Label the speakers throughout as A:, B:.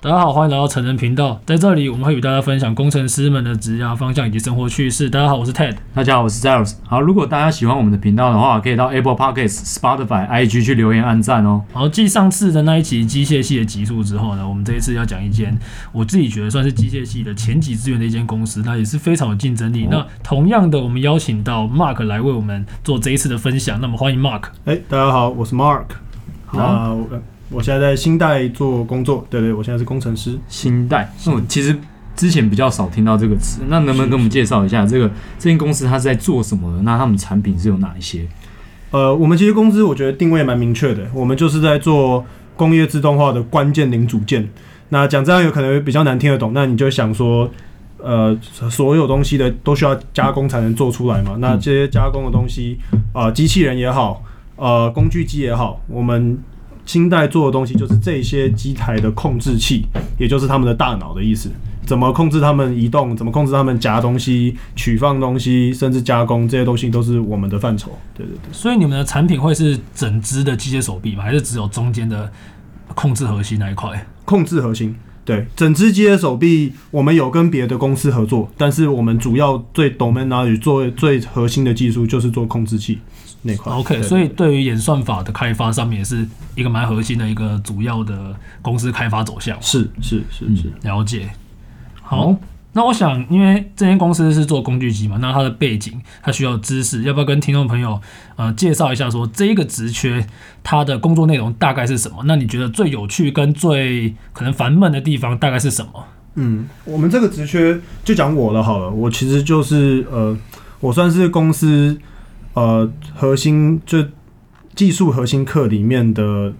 A: 家好，欢迎来到成人频道，在这里我们会与大家分享工程师们的职业方向以及生活趣事。大家好，我是 Ted。
B: 大家好，我是 Zeros。好，如果大家喜欢我们的频道的话，可以到 Apple Podcasts、Spotify、IG 去留言、按赞哦。
A: 好，继上次的那一期机械系的集数之后呢，我们这一次要讲一间我自己觉得算是机械系的前几志愿的一间公司，那也是非常有竞争力。那同样的，我们邀请到 Mark 来为我们做这一次的分享，那么欢迎 Mark。
C: 哎、大家好，我是 Mark。
B: 好
C: 那我呃我现在在新代做工作，对对，我现在是工程师。
B: 新代，嗯，其实之前比较少听到这个词，那能不能给我们介绍一下这个这间公司它是在做什么的？那他们产品是有哪一些？
C: 呃，我们其实公司我觉得定位蛮明确的，我们就是在做工业自动化的关键零组件。那讲这样有可能比较难听得懂，那你就想说，呃，所有东西的都需要加工才能做出来嘛？那这些加工的东西，呃，机器人也好，呃，工具机也好，我们清代做的东西就是这些机台的控制器，也就是他们的大脑的意思。怎么控制他们移动？怎么控制他们夹东西、取放东西，甚至加工这些东西都是我们的范畴。对对对。
A: 所以你们的产品会是整只的机械手臂吗？还是只有中间的控制核心那一块？
C: 控制核心。对，整只机械手臂，我们有跟别的公司合作，但是我们主要最 domain knowledge 做最核心的技术就是做控制器那块。
A: OK，
C: 对
A: 所以对于演算法的开发上面也是一个蛮核心的一个主要的公司开发走向。
C: 是是是是，
A: 了解。好，那我想，因为这间公司是做工具机嘛，那它的背景它需要知识，要不要跟听众朋友呃介绍一下说这一个职缺它的工作内容大概是什么？那你觉得最有趣跟最可能烦闷的地方大概是什么？
C: 嗯，我们这个职缺就讲我了好了，我其实就是呃，我算是公司呃核心就技术核心课里面的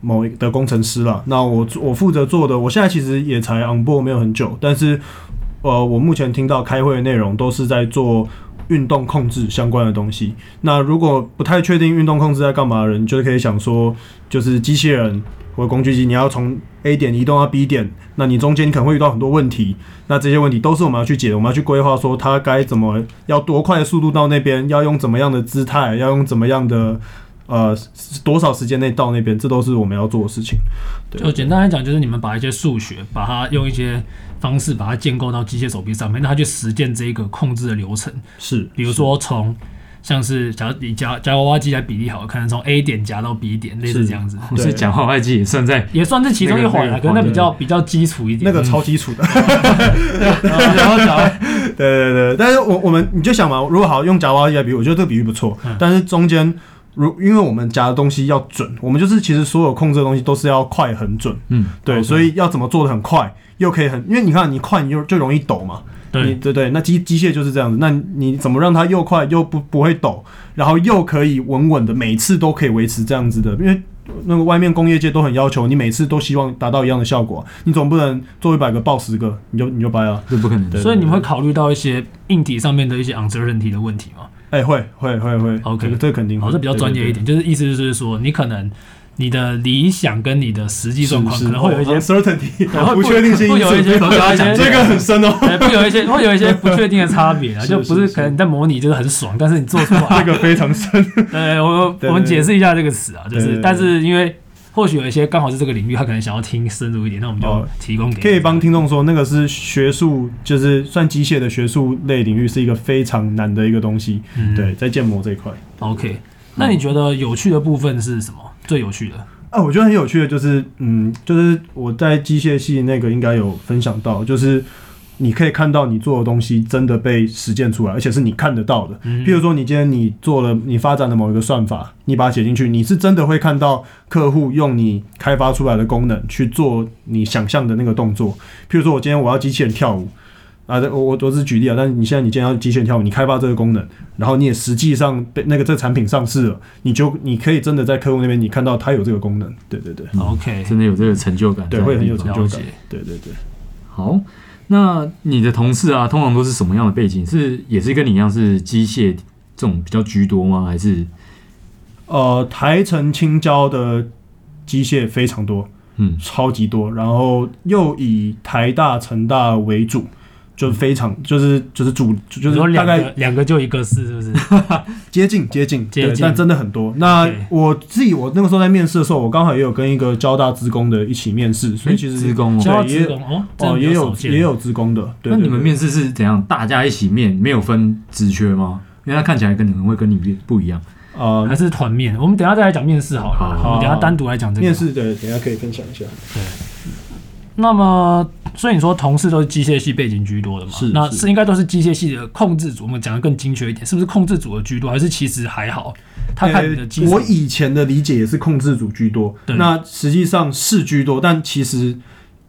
C: 某一的工程师啦。那我我负责做的，我现在其实也才 on board 没有很久，但是呃，我目前听到开会的内容都是在做运动控制相关的东西。那如果不太确定运动控制在干嘛的人，就可以想说，就是机器人或者工具机，你要从 A 点移动到 B 点，那你中间可能会遇到很多问题。那这些问题都是我们要去解的，我们要去规划说它该怎么，要多快的速度到那边，要用怎么样的姿态，要用怎么样的。呃，多少时间内到那边，这都是我们要做的事情。对
A: 就简单来讲，就是你们把一些数学，把它用一些方式把它建构到机械手臂上面，那它去实践这一个控制的流程。
C: 是，
A: 比如说从像是假如以夹夹娃娃机来比例好了，可能从 A 点夹到 B 点，类似
C: 是
A: 这样子。
B: 我
C: 对
B: 是讲话外机也算在，
A: 也算是其中一环
B: 那
A: 了，
B: 个
A: 可能那比较比较基础一点。嗯
C: 那个超基础的。
B: 然后讲话
C: 对对对，但是我我们你就想嘛，如果好用夹娃娃机来比喻，我觉得这个比喻不错。
B: 嗯
C: 但是中间如因为我们夹的东西要准，我们就是其实所有控制的东西都是要快很准，
B: 嗯，
C: 对，所以要怎么做的很快，又可以很，因为你看你快你就就容易抖嘛，你
A: 对，
C: 对对，那机机械就是这样子，那你怎么让它又快又不不会抖，然后又可以稳稳的，每次都可以维持这样子的，因为。那个外面工业界都很要求你每次都希望达到一样的效果，你总不能做一百个爆十个，你就你就掰啊了。
B: 这不可能的。
A: 所以你们会考虑到一些硬体上面的一些 uncertainty 的问题嘛？
C: 哎、会会会会
A: OK
C: 这个这个肯定会，
A: 好，这比较专业一点，就是意思就是说，你可能你的理想跟你的实际
C: 对，对对
A: 状况可能会有
C: 哦
A: 一些
C: uncertainty，
A: 可能会
C: 不确定性因
A: 会
C: 素，
A: 有一些
C: 这个
A: 会有一些
C: 这个很深 哦，
A: 哎，会有一些会有 一些不确定的差别啊，
C: 是
A: 就不是
C: 是
A: 可能你在模拟就是很爽，但是你做出来
C: 这个非 常深，
A: 对，我
C: 对
A: 我们解释一下这个词啊，就
C: 对
A: 是，
C: 对
A: 但是因为或许有一些刚好是这个领域，他可能想要听深入一点，那我们就
C: 哦
A: 提供给你
C: 可以帮听众说，那个是学术，就是算机械的学术类领域，是一个非常难的一个东西。
A: 嗯
C: 对，在建模这一块，
A: OK，那
C: 嗯
A: 你觉得有趣的部分是什么？最有趣的？
C: 啊，我觉得很有趣的就是，嗯，就是我在机械系那个应该有分享到，就是你可以看到你做的东西真的被实践出来，而且是你看得到的。譬如说，你今天你做了你发展的某一个算法，你把它写进去，你是真的会看到客户用你开发出来的功能去做你想象的那个动作。譬如说，我今天我要机器人跳舞。啊，这我我我只是举例啊，但是你现在你今天要机器人跳舞，你开发这个功能，然后你也实际上被那个这个产品上市了，你就你可以真的在客户那边你看到它有这个功能，对对对，
B: 嗯
A: OK
B: 真的有这个成就感在
C: 对
B: 的地方，
C: 会很有成就
A: 了
C: 感
A: 解，
C: 对对对。
B: 好，那你的同事啊，通常都是什么样的背景？是也是跟你一样是机械这种比较居多吗？还是
C: 呃，台城青椒的机械非常多，
B: 嗯
C: 超级多，然后又以台大、成大为主。就非常就是就是主就
A: 嗯你说
C: 是大
A: 两
C: 概
A: 个两个就一个是 是不是？
C: 接近接近，
A: 接
C: 对
A: 近
C: 但真的很多。那
A: OK
C: 我自己我那个时候在面试的时候，我刚好也有跟一个交大职工的一起面试，所以其
B: 职
C: 实
B: 工哦。
A: 交
C: 对也
A: 职工哦，真的
C: 哦
A: 比
C: 也
A: 较少
C: 有
A: 见
C: 也有职工的。对
B: 那你们
C: 对
B: 面试是怎样？大家一起面，没有分职缺吗？因为他看起来可能会跟你不一样。
C: 对呃
A: 还是团面？我们等一下再来讲面试好了，
B: 好
A: 我们等一下单独来讲这个
C: 面试的，等一下可以分享一下。
A: 那么，所以你说同事都是机械系背景居多的嘛？
C: 是
A: 那
C: 是
A: 是应该都是机械系的控制组。我们讲的更精确一点，是不是控制组的居多，还是其实还好？他看你的技
C: 呃
A: 术
C: 我，以前的理解也是控制组居多，
A: 对
C: 那实际上是居多，但其实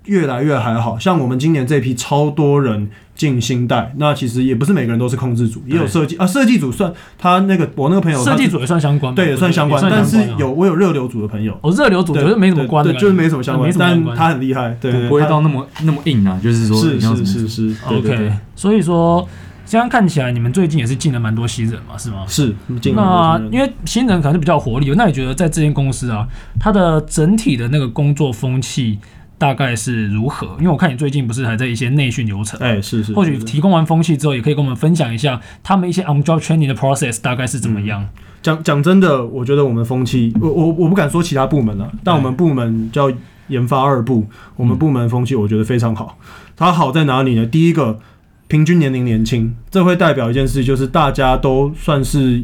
C: 越来越还好。像我们今年这批超多人进新代，那其实也不是每个人都是控制组，也有
A: 对
C: 设计啊，设计组算他那个我那个朋友他
A: 设计
C: 是
A: 组也算相关吧，
C: 对也
A: 我觉得
C: 算相关，
A: 也
C: 但是
A: 啊
C: 有我有热流组的朋友，
A: 哦，热流组
C: 对
A: 就是没什么关的
C: 对，
A: 感
C: 就
A: 觉，
C: 是没什么相关
A: 没，什么相
C: 但
A: 关
C: 他很厉害，对，对
B: 不会
C: 他
B: 到那么那么硬啊，就是说
C: 是
B: 你要
C: 是
B: 怎么
C: 是是对对
A: OK，
C: 对
A: 所以说这样看起来，你们最近也是进了蛮多新人嘛，是吗？
C: 是进
A: 那因
C: 为
A: 为新人可能是比较有活力，那你觉得在这间公司啊，它的整体的那个工作风气大概是如何？因为我看你最近不是还在一些内训流程，
C: 哎是是，
A: 或许
C: 是
A: 提供完风气之后，也可以跟我们分享一下他们一些 on job training 的 process 大概是怎么样。
C: 讲讲真的，我觉得我们风气，我我我不敢说其他部门了，但我们部门叫研发二部，我们部门风气我觉得非常好。它好在哪里呢？第一个，平均年龄年轻，这会代表一件事，就是大家都算是。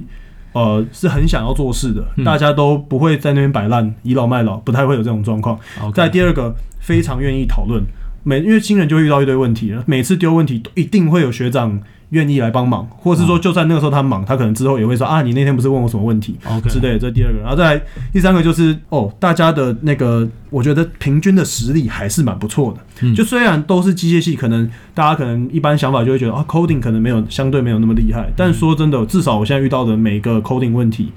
C: 呃，是很想要做事的，
B: 嗯
C: 大家都不会在那边摆烂、倚老卖老，不太会有这种状况。再
A: OK，
C: 第二个，非常愿意讨论，每因为新人就会遇到一堆问题了，每次丢问题都一定会有学长愿意来帮忙，或是说
A: 嗯
C: 就算那个时候他忙，他可能之后也会说啊，你那天不是问我什么问题
A: OK
C: 之类的，这第二个，然后再来第三个就是哦，大家的那个我觉得平均的实力还是蛮不错的，
B: 嗯
C: 就虽然都是机械系，可能大家可能一般想法就会觉得啊，coding 可能没有相对没有那么厉害，
A: 嗯
C: 但说真的，至少我现在遇到的每个 coding 问题。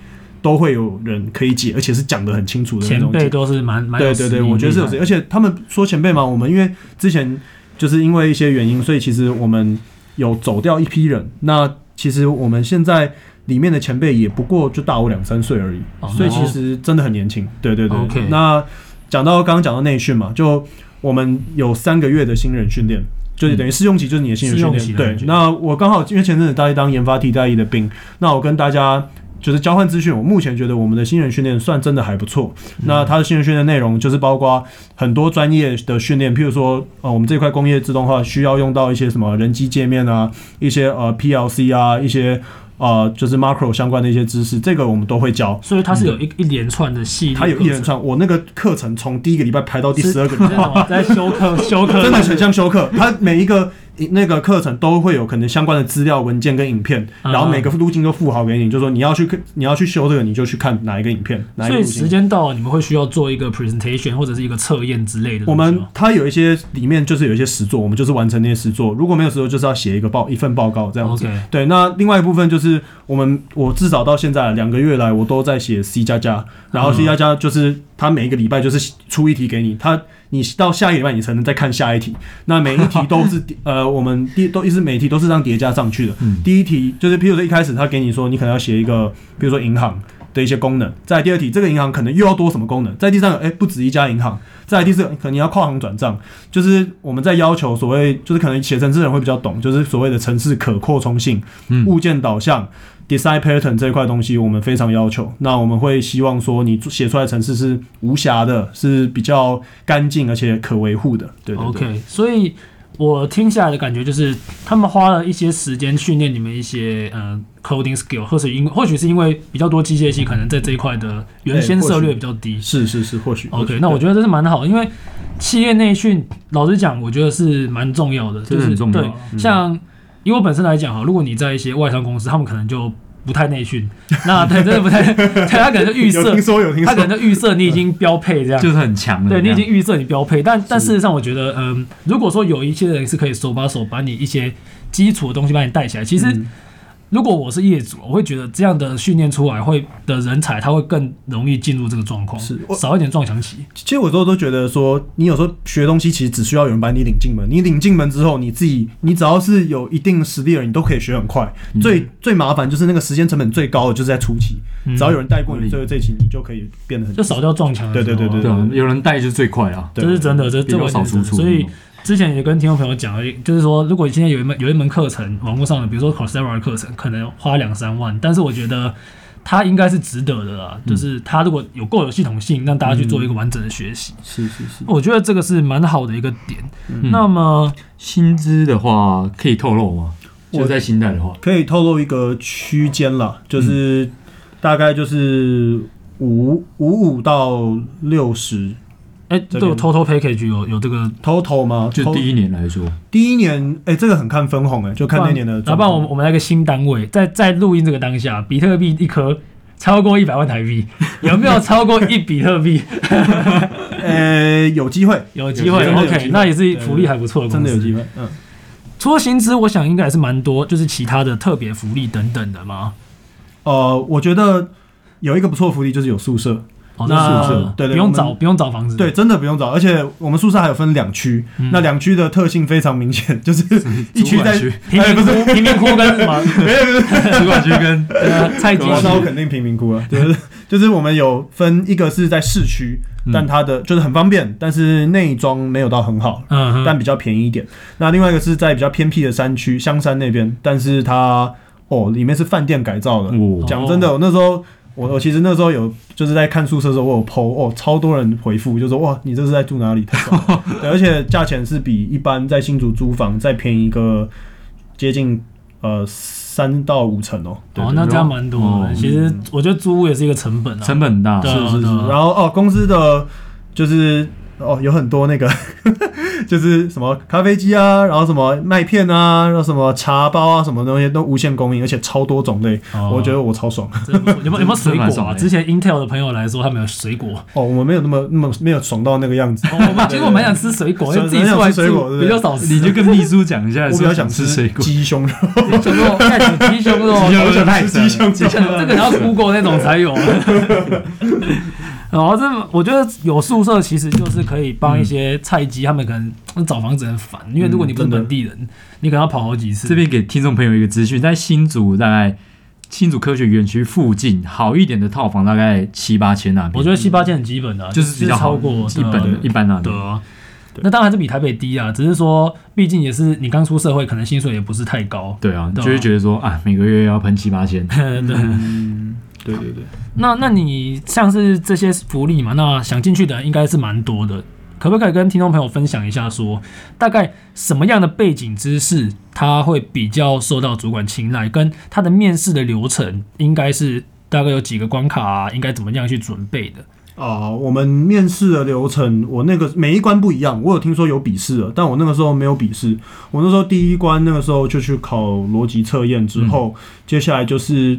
C: 都会有人可以解，而且是讲得很清楚的那
A: 前
C: 种解
A: 辈都是蛮蛮有
C: 对对对，
A: 实力
C: 我觉得是有
A: 的
C: 谁，而且他们说前辈嘛，我们因为之前就是因为一些原因，所以其实我们有走掉一批人。那其实我们现在里面的前辈也不过就大我两三岁而已，
A: 哦
C: 所以其实真的很年轻。对对对。
A: OK
C: 那讲到刚刚讲到内训嘛，就我们有三个月的新人训练。就是等于试用期，就是你的新人训
A: 试
C: 练。
A: 用期的
C: 对
A: 感觉，
C: 那我刚好因为前阵子大一当研发替代役的兵，那我跟大家就是交换资讯。我目前觉得我们的新人训练算真的还不错，那它的新人训练内容就是包括很多专业的训练，譬如说，呃，我们这块工业自动化需要用到一些什么人机界面啊，一些呃 PLC 啊，一些呃就是 macro 相关的一些知识，这个我们都会教。
A: 所以它是有一一连串的系列课
C: 它
A: 程，
C: 有一 连串，我那个课程从第一个礼拜排到第十二个礼拜
A: 你知，道吗在修 课修课
C: 真的很像修课。它每一个那个课程都会有可能相关的资料、文件跟影片，
A: 嗯
C: 然后每个路径都附好给你，就说你要去你要去修这个，你就去看哪一个影片，哪一
A: 所
C: 个
A: 以
C: 路径
A: 时。间到了，你们会需要做一个 presentation 或者是一个测验之类的
C: 我
A: 东西吗。
C: 们它有一些里面就是有一些实作，我们就是完成那些实作。如果没有实作，就是要写一个报一份报告这样子。
A: OK
C: 对，那另外一部分就是我们我至少到现在两个月来，我都在写 C 加加，然后 C 加加就是它每一个礼拜就是出一题给你，它你到下一个礼拜你才能再看下一题。那每一题都是 呃，我们第都一直每一题都是这样叠加上去的。
B: 嗯
C: 第一题就是，譬如说一开始他给你说，你可能要写一个，比如说银行的一些功能。再来第二题，这个银行可能又要多什么功能？再第三个，哎、不止一家银行。再来第四个，可能你要跨行转账，就是我们在要求所谓，就是可能写程式的人会比较懂，就是所谓的城市可扩充性、
B: 嗯
C: 物件导向。design pattern 这一块东西，我们非常要求。那我们会希望说，你写出来的城市是无瑕的，是比较干净而且可维护的。对对对
A: OK，所以我听下来的感觉就是，他们花了一些时间训练你们一些呃 coding skill，或许因或许是因为比较多机械系可能在这一块的原先
C: 对或许
A: 策略比较低。
C: 是是是，或许。或许
A: 哦 OK，那我觉得这是蛮好的，因为企业内训，老实讲，我觉得是蛮重要的，
B: 这
A: 就是是
B: 很重要
A: 对，
C: 嗯
A: 像以我本身来讲哈，如果你在一些外商公司，他们可能就不太内训，那对，真的不太， 对他可能就预
C: 有
A: 设
C: 听，说有嗯听
A: 他
C: 说
A: 可能就预设你已经标配这样，
B: 就是很强的。
A: 对你已
B: 这
A: 经
B: 样
A: 预设你标配，但但事实上，我觉得，嗯，如果说有一些人是可以手把手把你一些基础的东西把你带起来，其实
C: 嗯
A: 如果我是业主，我会觉得这样的训练出来会的人才，他会更容易进入这个状况，
C: 是我
A: 少一点撞墙期。
C: 其实我都都觉得说，你有时候学东西其实只需要有人把你领进门，你领进门之后，你自己你只要是有一定实力的人，你都可以学很快。最最麻烦就是那个时间成本最高的就是在初期，
A: 嗯
C: 只要有人带过
B: 合
C: 你
B: 理
C: 最后这一期，你就可以变得很
A: 就少掉撞墙的时候啊。
C: 对对对对
B: 对啊，有人带就是最快啊。
C: 对
A: 这是真的，这
B: 比
A: 这
B: 较
A: 完
B: 少
A: 全是
B: 输
A: 真的
C: 嗯
B: 出，
A: 所以之前也跟听众朋友讲了，就是说，如果现在有一门有一门课程，网络上的，比如说 Coursera 的课程，可能花两三万，但是我觉得它应该是值得的
C: 嗯
A: 啦。就是它如果有够有系统性，让大家去做一个完整的学习，
C: 是是是，
A: 我觉得这个是蛮好的一个点。
B: 嗯
A: 那么，
B: 薪资的话可以透露吗？
C: 我
B: 就在新代的话，
C: 可以透露一个区间啦，就是大概就是五五五到六十
A: 哎、
C: 这
A: 对
C: 边
A: 我偷偷 package 有有这个
C: total 吗？
B: 就
C: Tot-
B: 第一年来 说，
C: 第一年，哎、这个很看分红哎、就看那年的
A: 老
C: 状况。
A: 板，我啊们我们来个新单位，在在录音这个当下，比特币一颗超过一百万台币，有没有超过一比特币？
C: 呃、有机会，
A: 有机会
B: 有机会
C: 有机
A: ，OK，
C: 会
A: 那也是福利还不错的
C: 真
A: 公
C: 的有
A: 司。
C: 机会。嗯，
A: 除了薪资，我想应该也是蛮多，就是其他的特别福利等等的嘛。
C: 呃，我觉得有一个不错的福利就是有宿舍，
A: 哦，
C: 那
A: 那
C: 是不是对对
A: 不用
C: 我
A: 找，
C: 们
A: 不用找房子。
C: 对，，真的不用找。而且我们宿舍还有分两区，
A: 嗯
C: 那两区的特性非常明显，就是 一区在
B: 主管区
A: 贫
C: 哎
A: 民
C: 不是
A: 窟，贫民窟跟什么？
C: 没有没有，
B: 主管区跟
A: 呃菜鸡
B: 对啊
C: 哦那我肯定贫民窟了。就是就是我们有分一个是在市区，
B: 嗯
C: 但它的就是很方便，但是内装没有到很好，
A: 嗯
C: 但
A: 哼，
C: 比较便宜一点。那另外一个是在比较偏僻的山区，香山那边，但是它哦里面是饭店改造的，
B: 我
A: 哦
C: 讲真的，我那时候我我其实那时候有就是在看宿舍的时候，我有 PO 哦，超多人回复就说哇，你这是在住哪里？太爽 了对，而且价钱是比一般在新竹租房再便宜个接近呃三到五成哦。
B: 对
A: 哦，
B: 对
A: 那
B: 对
A: 这样蛮多的。
B: 哦
A: 其实
C: 嗯
A: 我觉得租屋也是一个成本啊。
B: 成本很大，
A: 对啊
C: 是是是
A: 对啊。
C: 然后哦，公司的就是哦有很多那个 就是什么咖啡机啊，然后什么麦片啊，然后什么茶包啊，什么东西都无限供应，而且超多种类，
A: 哦
C: 我觉得我超爽。
A: 真的不错有没有有没有水
B: 真的蛮
A: 果
B: 爽
A: 啊？
B: 的
A: 之前 Intel 的朋友来说，他们有水果。
C: 哦，我们没有那么那么没有爽到那个样子。
A: 哦我们其实我蛮想吃水果，因为自己出来
C: 很想吃水果对
A: 住
C: 不
A: 比
C: 对
A: 较少吃。
B: 你就跟秘书讲一下，
C: 哦啊我比
B: 说
C: 较想
B: 吃
C: 吃
B: 水果，
C: 鸡胸肉，
A: 鸡胸肉，看什么鸡胸肉，
B: 鸡胸肉
A: 我想
B: 太
A: 吃
B: 神
A: 鸡
B: 了
A: 胸肉，这个这个要 Google 那种才有。 然后这我觉得有宿舍其实就是可以帮一
B: 嗯
A: 些菜鸡，他们可能找房子很烦，因为如果你不是
C: 嗯真的
A: 本地人，你可能要跑好几次。
B: 这边给听众朋友一个资讯，在新竹大概新竹科学园区附近好一点的套房大概七八千那边，
A: 我觉得七八千很基本的啊，
B: 就是比较好
A: 超过
B: 一
A: 对啊
B: 般一般那
A: 对
B: 边。
A: 啊
C: 对
A: 那当然还是比台北低啊，只是说毕竟也是你刚出社会，可能薪水也不是太高。
B: 对啊，
A: 对
B: 就
A: 啊
B: 会觉得说啊，每个月要喷七八 千，
A: 对，
C: 嗯，对对对，
A: 那那你像是这些福利嘛，那想进去的人应该是蛮多的，可不可以跟听众朋友分享一下说大概什么样的背景知识他会比较受到主管青睐，跟他的面试的流程应该是大概有几个关卡、啊，应该怎么样去准备的？
C: 啊、我们面试的流程，我那个每一关不一样。我有听说有笔试了，但我那个时候没有笔试。我那时候第一关那个时候就去考逻辑测验，之后、接下来就是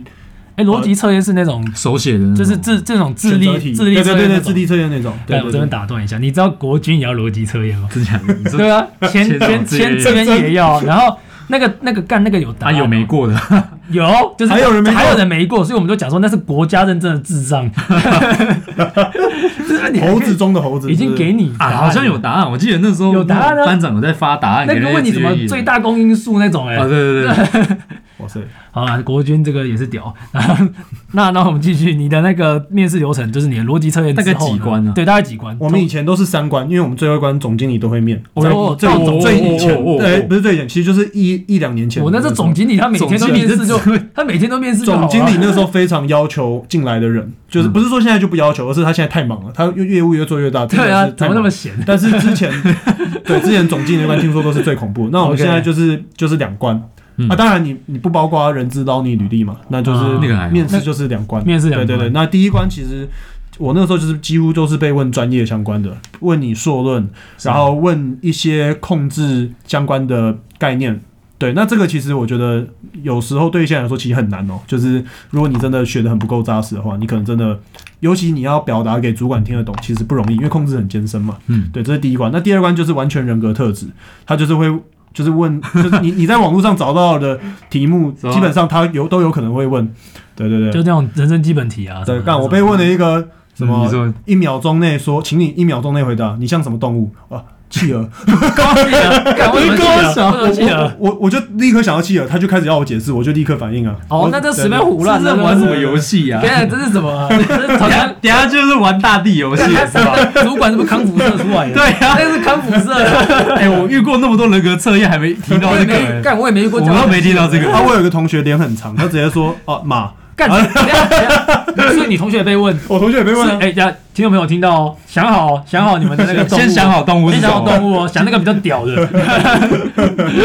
A: 哎，逻辑测验是那种，
B: 手写的那种，
A: 就是这这种智
C: 选择
A: 力
C: 题，
A: 智力
C: 对
A: 测
C: 对
A: 验那
C: 对
A: 种
C: 对，智力测验那种。对
A: 哎，我
C: 对
A: 这
C: 对
A: 边打断一下，你知道国军也要逻辑测验吗？
B: 真假的，你说
A: 对啊，前
B: 签
A: 前
B: 字
A: 前前也要，然后那个那个干那个有答
B: 啊
A: 案
B: 有
A: 吗
B: 没过的，
A: 有，就是
C: 还有人没过
A: 还有人没过，所以我们就讲说那是国家认证的智障，就是你还可以
C: 猴子中的猴子
A: 已经给你答案
B: 啊，
A: 了
B: 好像有答案，我记得那时候
A: 有答案啊
B: 班长有在发答案，
A: 那个问你
B: 给
A: 什
B: 那些志
A: 么
B: 愿役的
A: 最大公因数那种哎、
B: 啊，对对对对，
C: 哇塞，
A: 好啊，国军这个也是屌。那那我们继续你的那个面试流程，就是你的逻辑测验之后呢
B: 大概几关啊
A: 对，大概几关？
C: 我们以前都是三关，因为我们最后一关总经理都会面。
A: 哦哦
C: 最
A: 哦哦
C: 最最以前，
B: 哦哦哦
C: 对，不是最以前，其实就是一一两年前。
A: 我那是总经理，他每天都
B: 总经理
A: 面
B: 这
A: 试就
B: 只会
A: 他每天都面试就好
C: 总
A: 了嗯
C: 经理那时候非常要求进来的人，就是不是说现在就不要求，而是他现在太忙了，他越业务越做越大。
A: 对
C: 真的
A: 啊
C: 是，太
A: 怎么
C: 忙
A: 那
C: 了
A: 么闲？
C: 但是之前对之前总经理那关听说都是最恐怖的。那我们
A: OK
C: 现在就是就是两关
B: 嗯
C: 啊，当然你你不包括人资捞你履历嘛，那就是
A: 啊
B: 那个还好
C: 面试就是两关，
A: 面试两关
C: 对对对。那第一关其实我那个时候就是几乎都是被问专业相关的，问你硕论，
B: 是
C: 然后问一些控制相关的概念。对，那这个其实我觉得有时候对于现在来说其实很难哦、就是如果你真的学的很不够扎实的话，你可能真的，尤其你要表达给主管听得懂，其实不容易，因为控制很艰深嘛。
B: 嗯，
C: 对，这是第一关。那第二关就是完全人格特质，他就是会就是问，就是你你在网络上找到的题目，
B: 是吧
C: 基本上他有都有可能会问。对对
A: 就
C: 对，
A: 那种人生基本题啊。什
C: 对，
A: 么
C: 干我被问了一个
B: 你
C: 什么
B: 说
C: 一秒钟内说，请你一秒钟内回答，你像什么动物啊？企鹅，
A: 高级的，干为什
B: 高
A: 么记得
B: 小
A: 为什么记得？
C: 我我就立刻想到企鹅，他就开始要我解释，我就立刻反应啊。
A: 哦
C: 我，
A: 那这
C: 对
A: 随便 胡乱
B: 这
A: 的
B: 是玩什么游？戏呀
A: 天？啊，这是什 么啊？这是
B: 等
A: 好
B: 下
A: 像
B: 等下就是玩大地 游戏了是吧？
A: 主管是不是康复社出来 的？
B: 对啊呀，
A: 那是康复社的。
B: 哎，我遇过那么多人格测验，还没听到
A: 我
B: 这
A: 也
B: 个
A: 没
B: 欸，
A: 干，我也没遇过
B: 我
A: 这样的。
B: 都没听到这个。
C: 啊，我有一个同学脸很长，他直接说哦马，
A: 干，等一下等一下所以你同学被问，
C: 我同学也被问
A: 是
C: 啊，
A: 哎，呀，听众朋友听到哦，想好哦想好你们的那个动物 哦
B: 先想，好动物是
A: 先
B: 什
A: 想好
B: 么？
A: 动物哦，想那个比较屌的，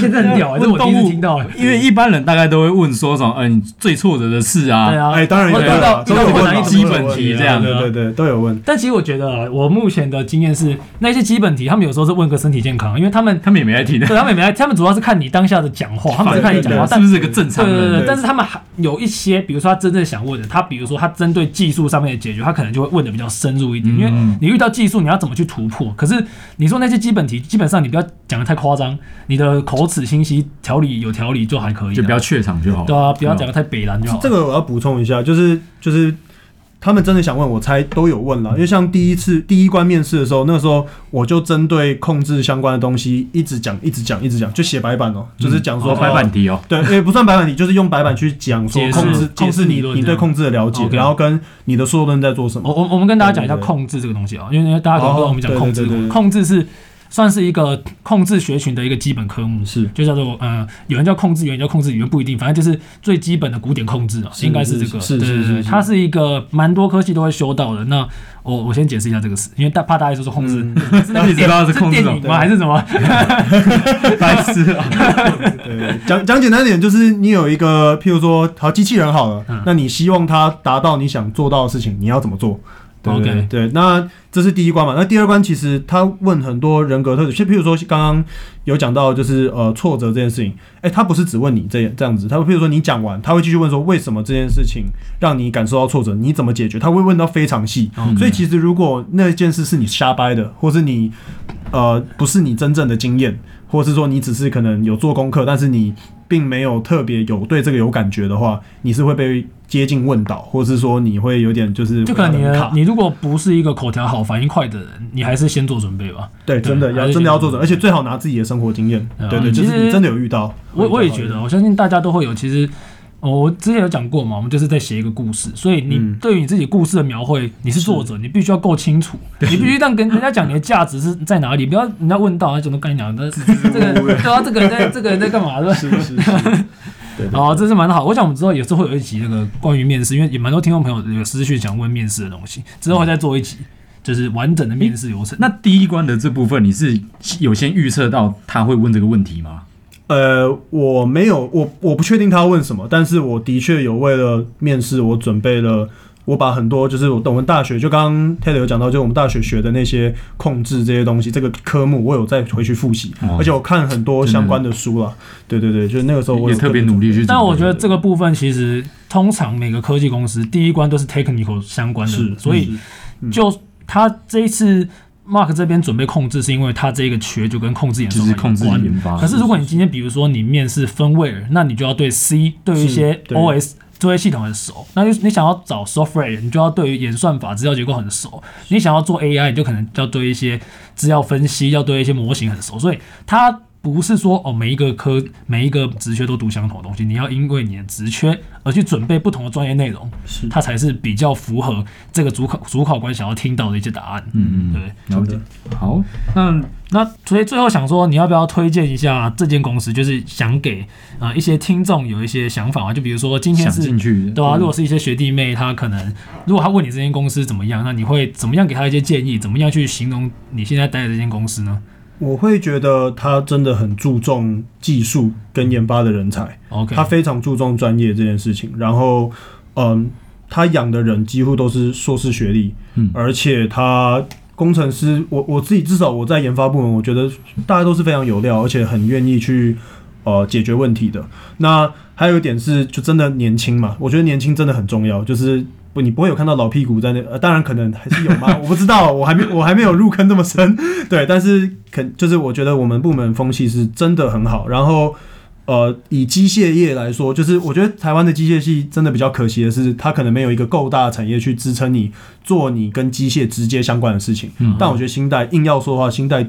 A: 真的很屌，哦这我第一次听到。哎
B: 因为一般人大概都会问说什么，嗯，你最挫折的事啊，
A: 对啊，
C: 哎，当然有
A: 我
C: 问
A: 遇
B: 对啊
A: 到
C: 啊，
A: 遇到
B: 这
A: 这
B: 么
A: 么
B: 难
A: 难
B: 一
A: 一
B: 直
A: 直
B: 基本题啊这样
C: 对
A: 啊
C: 对对，都有问。
A: 但其实我觉得，我目前的经验是，那些基本题，他们有时候是问个身体健康，因为他 们
B: 他们也没来听的，
A: 对他们也没来，他们主要是看你当下的讲 话，他们是看你讲话，
B: 是
A: 但
B: 不是个正
A: 对
B: 常
A: 对
B: 人？
A: 对，但是他们还有一些，比如说他真正想问的，他比如说他针对技术上面的解决，他可能就会问的比较深入一点，
B: 嗯
A: 因为你遇到技术，你要怎么去突破？可是你说那些基本题，基本上你不要讲的太夸张，你的口齿清晰，条理有条理就还可以，啊
B: 就不要怯场就好。
A: 对啊，不要讲的太北蓝就好。
C: 这个我要补充一下，就是就是他们真的想问，我猜都有问了。因为像第一次第一关面试的时候，那时候我就针对控制相关的东西一直讲，一直讲，一直讲，就写白板哦、就是讲说、
B: 说白板题哦，
C: 对，也不算白板题，就是用白板去讲说
A: 解释
C: 控制
A: 解
C: 控
A: 释
C: 制
A: 理
C: 你
A: 论
C: 你
A: 这
C: 对
A: 样
C: 控制的了解，
A: OK 哦
C: 然后跟你的硕论在做什
A: 我
C: 么。
A: 我我们跟大家讲一下
C: 对对对哦
A: 控制这个东西啊，因为大家可能不知道我们讲控制
C: 对对对，对
A: 控制是算是一个控制学群的一个基本科目，
C: 是
A: 就叫做呃，有人叫控制，有人叫控制语言，不一定，反正就是最基本的古典控制啊，
C: 是
A: 应该是这个，
C: 是是
A: 对
C: 是
A: 对
C: 是
A: 对，
C: 是
A: 它是一个蛮多科系都会修到的。那我我先解释一下这个事，因为大怕大家说是控制，
C: 嗯
A: 是
B: 那
A: 那个
B: 你知道是控制
A: 电
B: 什
A: 影
B: 么？
A: 吗？还是什么？
B: 白痴啊！
C: 对，讲讲简单点，就是你有一个，譬如说，好机器人好了，
A: 嗯
C: 那你希望它达到你想做到的事情，你要怎么做？对对
A: OK
C: 对，那这是第一关嘛。那第二关其实他问很多人格特质，就譬如说刚刚有讲到，就是呃挫折这件事情，哎、他不是只问你这这样子，他会譬如说你讲完，他会继续问说为什么这件事情让你感受到挫折，你怎么解决？他会问到非常细。
A: 嗯
C: 所以其实如果那件事是你瞎掰的，或是你呃不是你真正的经验，或是说你只是可能有做功课，但是你并没有特别有对这个有感觉的话，你是会被接近问倒，或是说你会有点就是
A: 就可能你
C: 很
A: 的
C: 卡
A: 你如果不是一个口条好、反应快的人，你还是先做准备吧。
C: 对，真的
A: 对还
C: 要
A: 是
C: 真的要做
A: 先
C: 准，而且最好拿自己的生活经验
A: 对啊，
C: 对对，
A: 其
C: 就
A: 实
C: 是你真的有遇到，
A: 我我也觉得，我相信大家都会有。其实哦我之前有讲过嘛，我们就是在写一个故事，所以你
C: 嗯
A: 对于你自己故事的描绘，你是作者，你必须要够清楚，你必须让跟人家讲你的价值是在哪里，不要人家问到，他就能跟你讲，那这个对啊，这个人在这个人在干嘛对吧？
C: 是是是，对对
A: 哦，这是蛮好。我想我们之后也是会有一集那个关于面试，因为也蛮多听众朋友有私讯想问面试的东西，之后会再做一集，就是完整的面试流程。
B: 那第一关的这部分，你是有先预测到他会问这个问题吗？
C: 呃，我没有，我我不确定他要问什么，但是我的确有为了面试，我准备了，我把很多就是我我们大学就刚刚 Taylor 有讲到，就我们大学学的那些控制这些东西，这个科目我有再回去复习，
B: 哦
C: 而且我看很多
B: 真的
C: 相关的书啦，对对对，就是那个时候我
B: 也
C: 有
B: 特别努力去准备。
A: 但我觉得这个部分其实通常每个科技公司第一关都是 technical 相关
C: 是
A: 的，，所以
C: 是嗯
A: 就他这一次 Mark 这边准备控制，是因为他这个缺就跟控制演
B: 就
A: 算
B: 是
A: 法
B: 控制
A: 有关。
B: 研发。
A: 可是如果你今天比如说你面试分位尔，那你就要对 C 对于一些
C: 对
A: OS 作业系统很熟。那就是你想要找 software，你就要对于演算法、资料结构很熟。你想要做 AI，你就可能要对一些资料分析，要对一些模型很熟。所以它。不是说哦，每一个科每一个职缺都读相同的东西，你要因为你的职缺而去准备不同的专业内容，
C: 是
A: 它才是比较符合这个主考主考官想要听到的一些答案。
B: 嗯嗯
A: 对。
B: 嗯，了解。好，
A: 那嗯那所以最后想说，你要不要推荐一下这间公司？就是想给呃一些听众有一些想法啊，就比如说今天
B: 想
A: 是
B: 进去
A: 对啊，如果是一些学弟妹，他可能如果他问你这间公司怎么样，那你会怎么样给他一些建议？怎么样去形容你现在待的这间公司呢
C: 我会觉得他真的很注重技术跟研发的人才。
A: ？OK，
C: 他非常注重专业这件事情，然后，嗯，他养的人几乎都是硕士学历，
B: 嗯
C: 而且他工程师，我我自己至少我在研发部门，我觉得大家都是非常有料，而且很愿意去呃解决问题的。那还有一点是，就真的年轻嘛，我觉得年轻真的很重要，就是。不，你不会有看到老屁股在那，呃，当然可能还是有嘛，我不知道，我还没我还没有入坑这么深，对，但是肯就是我觉得我们部门风气是真的很好，然后呃，以机械业来说，就是我觉得台湾的机械系真的比较可惜的是，它可能没有一个够大的产业去支撑你做你跟机械直接相关的事情。
B: 嗯
C: 但我觉得新代硬要说的话，新代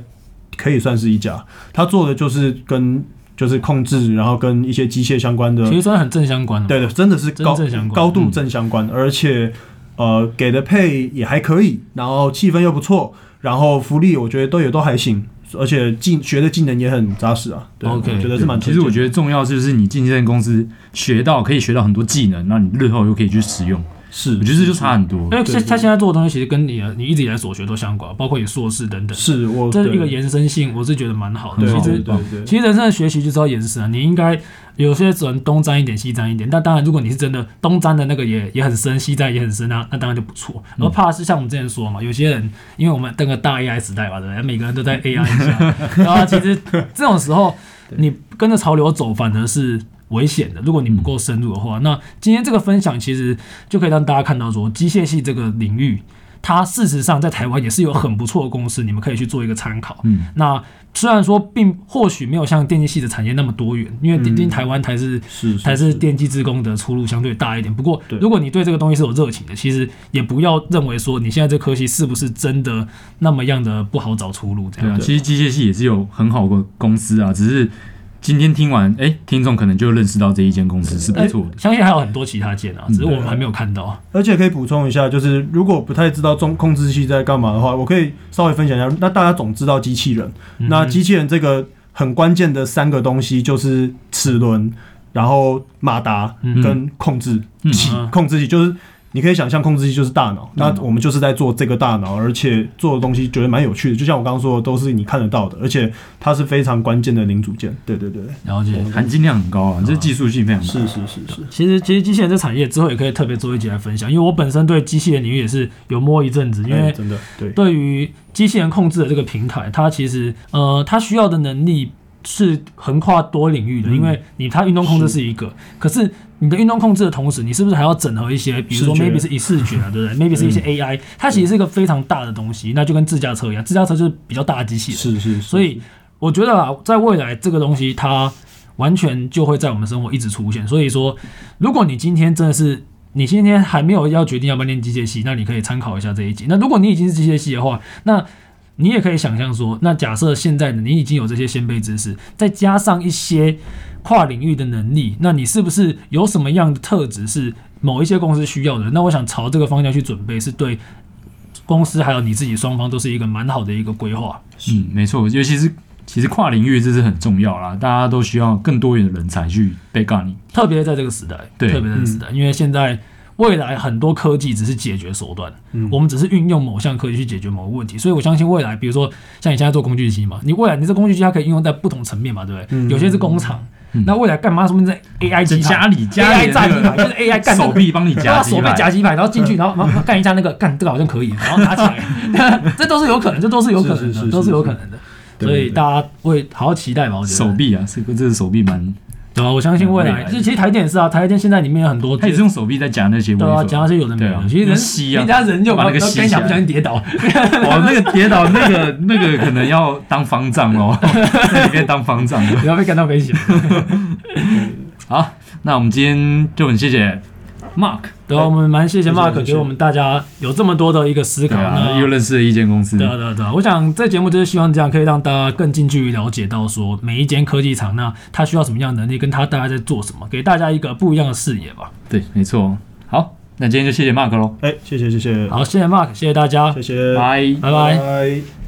C: 可以算是一家，它做的就是跟就是控制，然后跟一些机械相关的
A: 其实算很正相关的。
C: 对的，真的是
A: 嗯真
C: 高
A: 正相关
C: 高度
B: 嗯
C: 正相关，而且呃给的配也还可以，然后气氛又不错，然后福利我觉得都也都还行，而且技学的技能也很扎实啊。对
A: OK，
C: 我觉得是蛮
B: 其
C: 推荐的。
B: 实我觉得重要就是你进这间公司学到可以学到很多技能，那你日后又可以去使用，
C: 是，
B: 我觉得这就差很多
A: 因。为
C: 对
A: 现
C: 对
A: 他现在做的东西，其实跟你的你一直以来所学都相关，包括你硕士等等，
C: 是我
A: 这是一个
C: 对
A: 延伸性，我是觉得蛮好的。
C: 对
B: 很
A: 其
B: 好
A: 实
C: 对对对，
A: 其实人生的学习就是要延伸啊，你应该有些只能东沾一点，西沾一点。但当然，如果你是真的东沾的那个也也很深，西沾也很深啊，那当然就不错。然后怕的是像我们之前说嘛，有些人因为我们那个大 AI 时代嘛，对不对？每个人都在 AI 一下，然后其实这种时候你跟着潮流走，反而是。危险的，如果你不够深入的话，那今天这个分享其实就可以让大家看到说，机械系这个领域，它事实上在台湾也是有很不错的公司，你们可以去做一个参考。
B: 嗯，
A: 那虽然说并或许没有像电机系的产业那么多元，因为毕竟台湾才是、
C: 是
A: 才是电机职工的出路相对大一点。不过
C: 对
A: 如果你对这个东西是有热情的，其实也不要认为说你现在这科系是不是真的那么样的不好找出路这
B: 对
A: 样。
B: 啊，其实机械系也是有很好的公司啊，只是今天听完，哎，听众可能就认识到这一间公司是不错的。
A: 相信还有很多其他件啊，只是我们还没有看到。啊
C: 而且可以补充一下，就是如果不太知道中控制器在干嘛的话，我可以稍微分享一下。那大家总知道机器人，
A: 嗯
C: 那机器人这个很关键的三个东西就是齿轮，然后马达
A: 嗯
C: 跟控制
B: 嗯
C: 器。
A: 嗯
C: 控制器就是你可以想象，控制器就是大脑。
B: 大
C: 那
B: 脑
C: 我们就是在做这个大脑，而且做的东西觉得蛮有趣的。就像我刚刚说的，都是你看得到的，而且它是非常关键的零组件。对对对，
A: 了解。
B: 含金量很高啊，这技术性非常高。
C: 是是是是，
A: 其实，其实机器人这产业之后也可以特别做一集来分享，因为我本身对机器人领域也是有摸一阵子，因为
C: 哎真的对。
A: 对于机器人控制的这个平台，它其实呃，它需要的能力是横跨多领域的，
C: 嗯
A: 因为你它运动控制
C: 是
A: 是一个，可是你的运动控制的同时，你是不是还要整合一些，比如说
C: 视觉嗯
A: maybe 是一视觉啊，对 不对？maybe 是一些 AI，、它其实是一个非常大的东西，那就跟自驾车一样，自驾车就是比较大的机器人，
C: 是是，是
A: 所以我觉得啊，在未来这个东西它完全就会在我们生活一直出现。所以说，如果你今天真的是你今天还没有要决定要不要练机械系，那你可以参考一下这一集。那如果你已经是机械系的话，那你也可以想象说，那假设现在你已经有这些先辈知识，再加上一些跨领域的能力，那你是不是有什么样的特质是某一些公司需要的？那我想朝这个方向去准备，是对公司还有你自己双方都是一个蛮好的一个规划。
B: 嗯，没错，尤其是其实跨领域这是很重要啦，大家都需要更多元的人才去被干你。
A: 特别在这个时代，
B: 对嗯
A: 特别在这个时代，因为现在未来很多科技只是解决手段，
C: 嗯
A: 我们只是运用某项科技去解决某个问题，所以我相信未来，比如说像你现在做工具机嘛，你未来你这工具机它可以应用在不同层面嘛，对不对？
C: 嗯
A: 有些是工厂，
B: 嗯
A: 那未来干嘛？说不定在 AI
B: 在
A: 机
B: 家
A: 台。
B: 里家
A: AI
B: 里
A: 炸
B: 的
A: 鸡
B: 那
A: 排
B: 个
A: 就是 AI 干那
B: 手
A: 个
B: 臂帮你
A: 然
B: 夹
A: 后 手
B: 鸡
A: 被
B: 排，
A: 夹击牌，然后进
B: 嗯
A: 去，然后然后干一下那个干这个好像可以，然后拿起 来，这都是有可能，这都是有可能
C: 是是是
A: 的，
C: 是
A: 都是有可能的。
C: 对
A: 所以
C: 对对
A: 大家会好好期待吧，我觉得。
B: 手臂啊，这个这个手臂蛮，
A: 对啊，我相信
B: 未
A: 未来，
B: 来
A: 就其实台电也是啊，台电现在里面有很多
B: 嗯他也是用手臂在夹那些微
A: 对啊，
B: 粉
A: 讲那些有的没
B: 对
A: 的
B: 啊，
A: 其实人
B: 用吸啊
A: 人家人就
B: 把那个
A: 然后
B: 吸
A: 跟你讲
B: 起来
A: 不小心 跌倒，
B: 哦，那个跌倒那个 那个可能要当方丈 哦，那里面当方丈。
A: 不要被干到危险。
B: 好，那我们今天就很谢谢 Mark，
A: 对啊，我们蛮谢谢
C: 谢谢
A: Mark
C: 谢谢
A: 给我们大家有这么多的一个思考
B: 对啊，又
A: 那
B: 认识了一间公司
A: 对，啊，对啊，对啊！我想这节目就是希望这样可以让大家更近距离了解到说每一间科技厂，那它需要什么样的能力，跟它大概在做什么，给大家一个不一样的视野吧。
B: 对，没错。好，那今天就谢谢 Mark 喽，
C: 哎，谢谢谢谢，
A: 好，谢谢 Mark，谢谢大家，
C: 谢谢，
B: 拜。
A: 拜拜。
C: 拜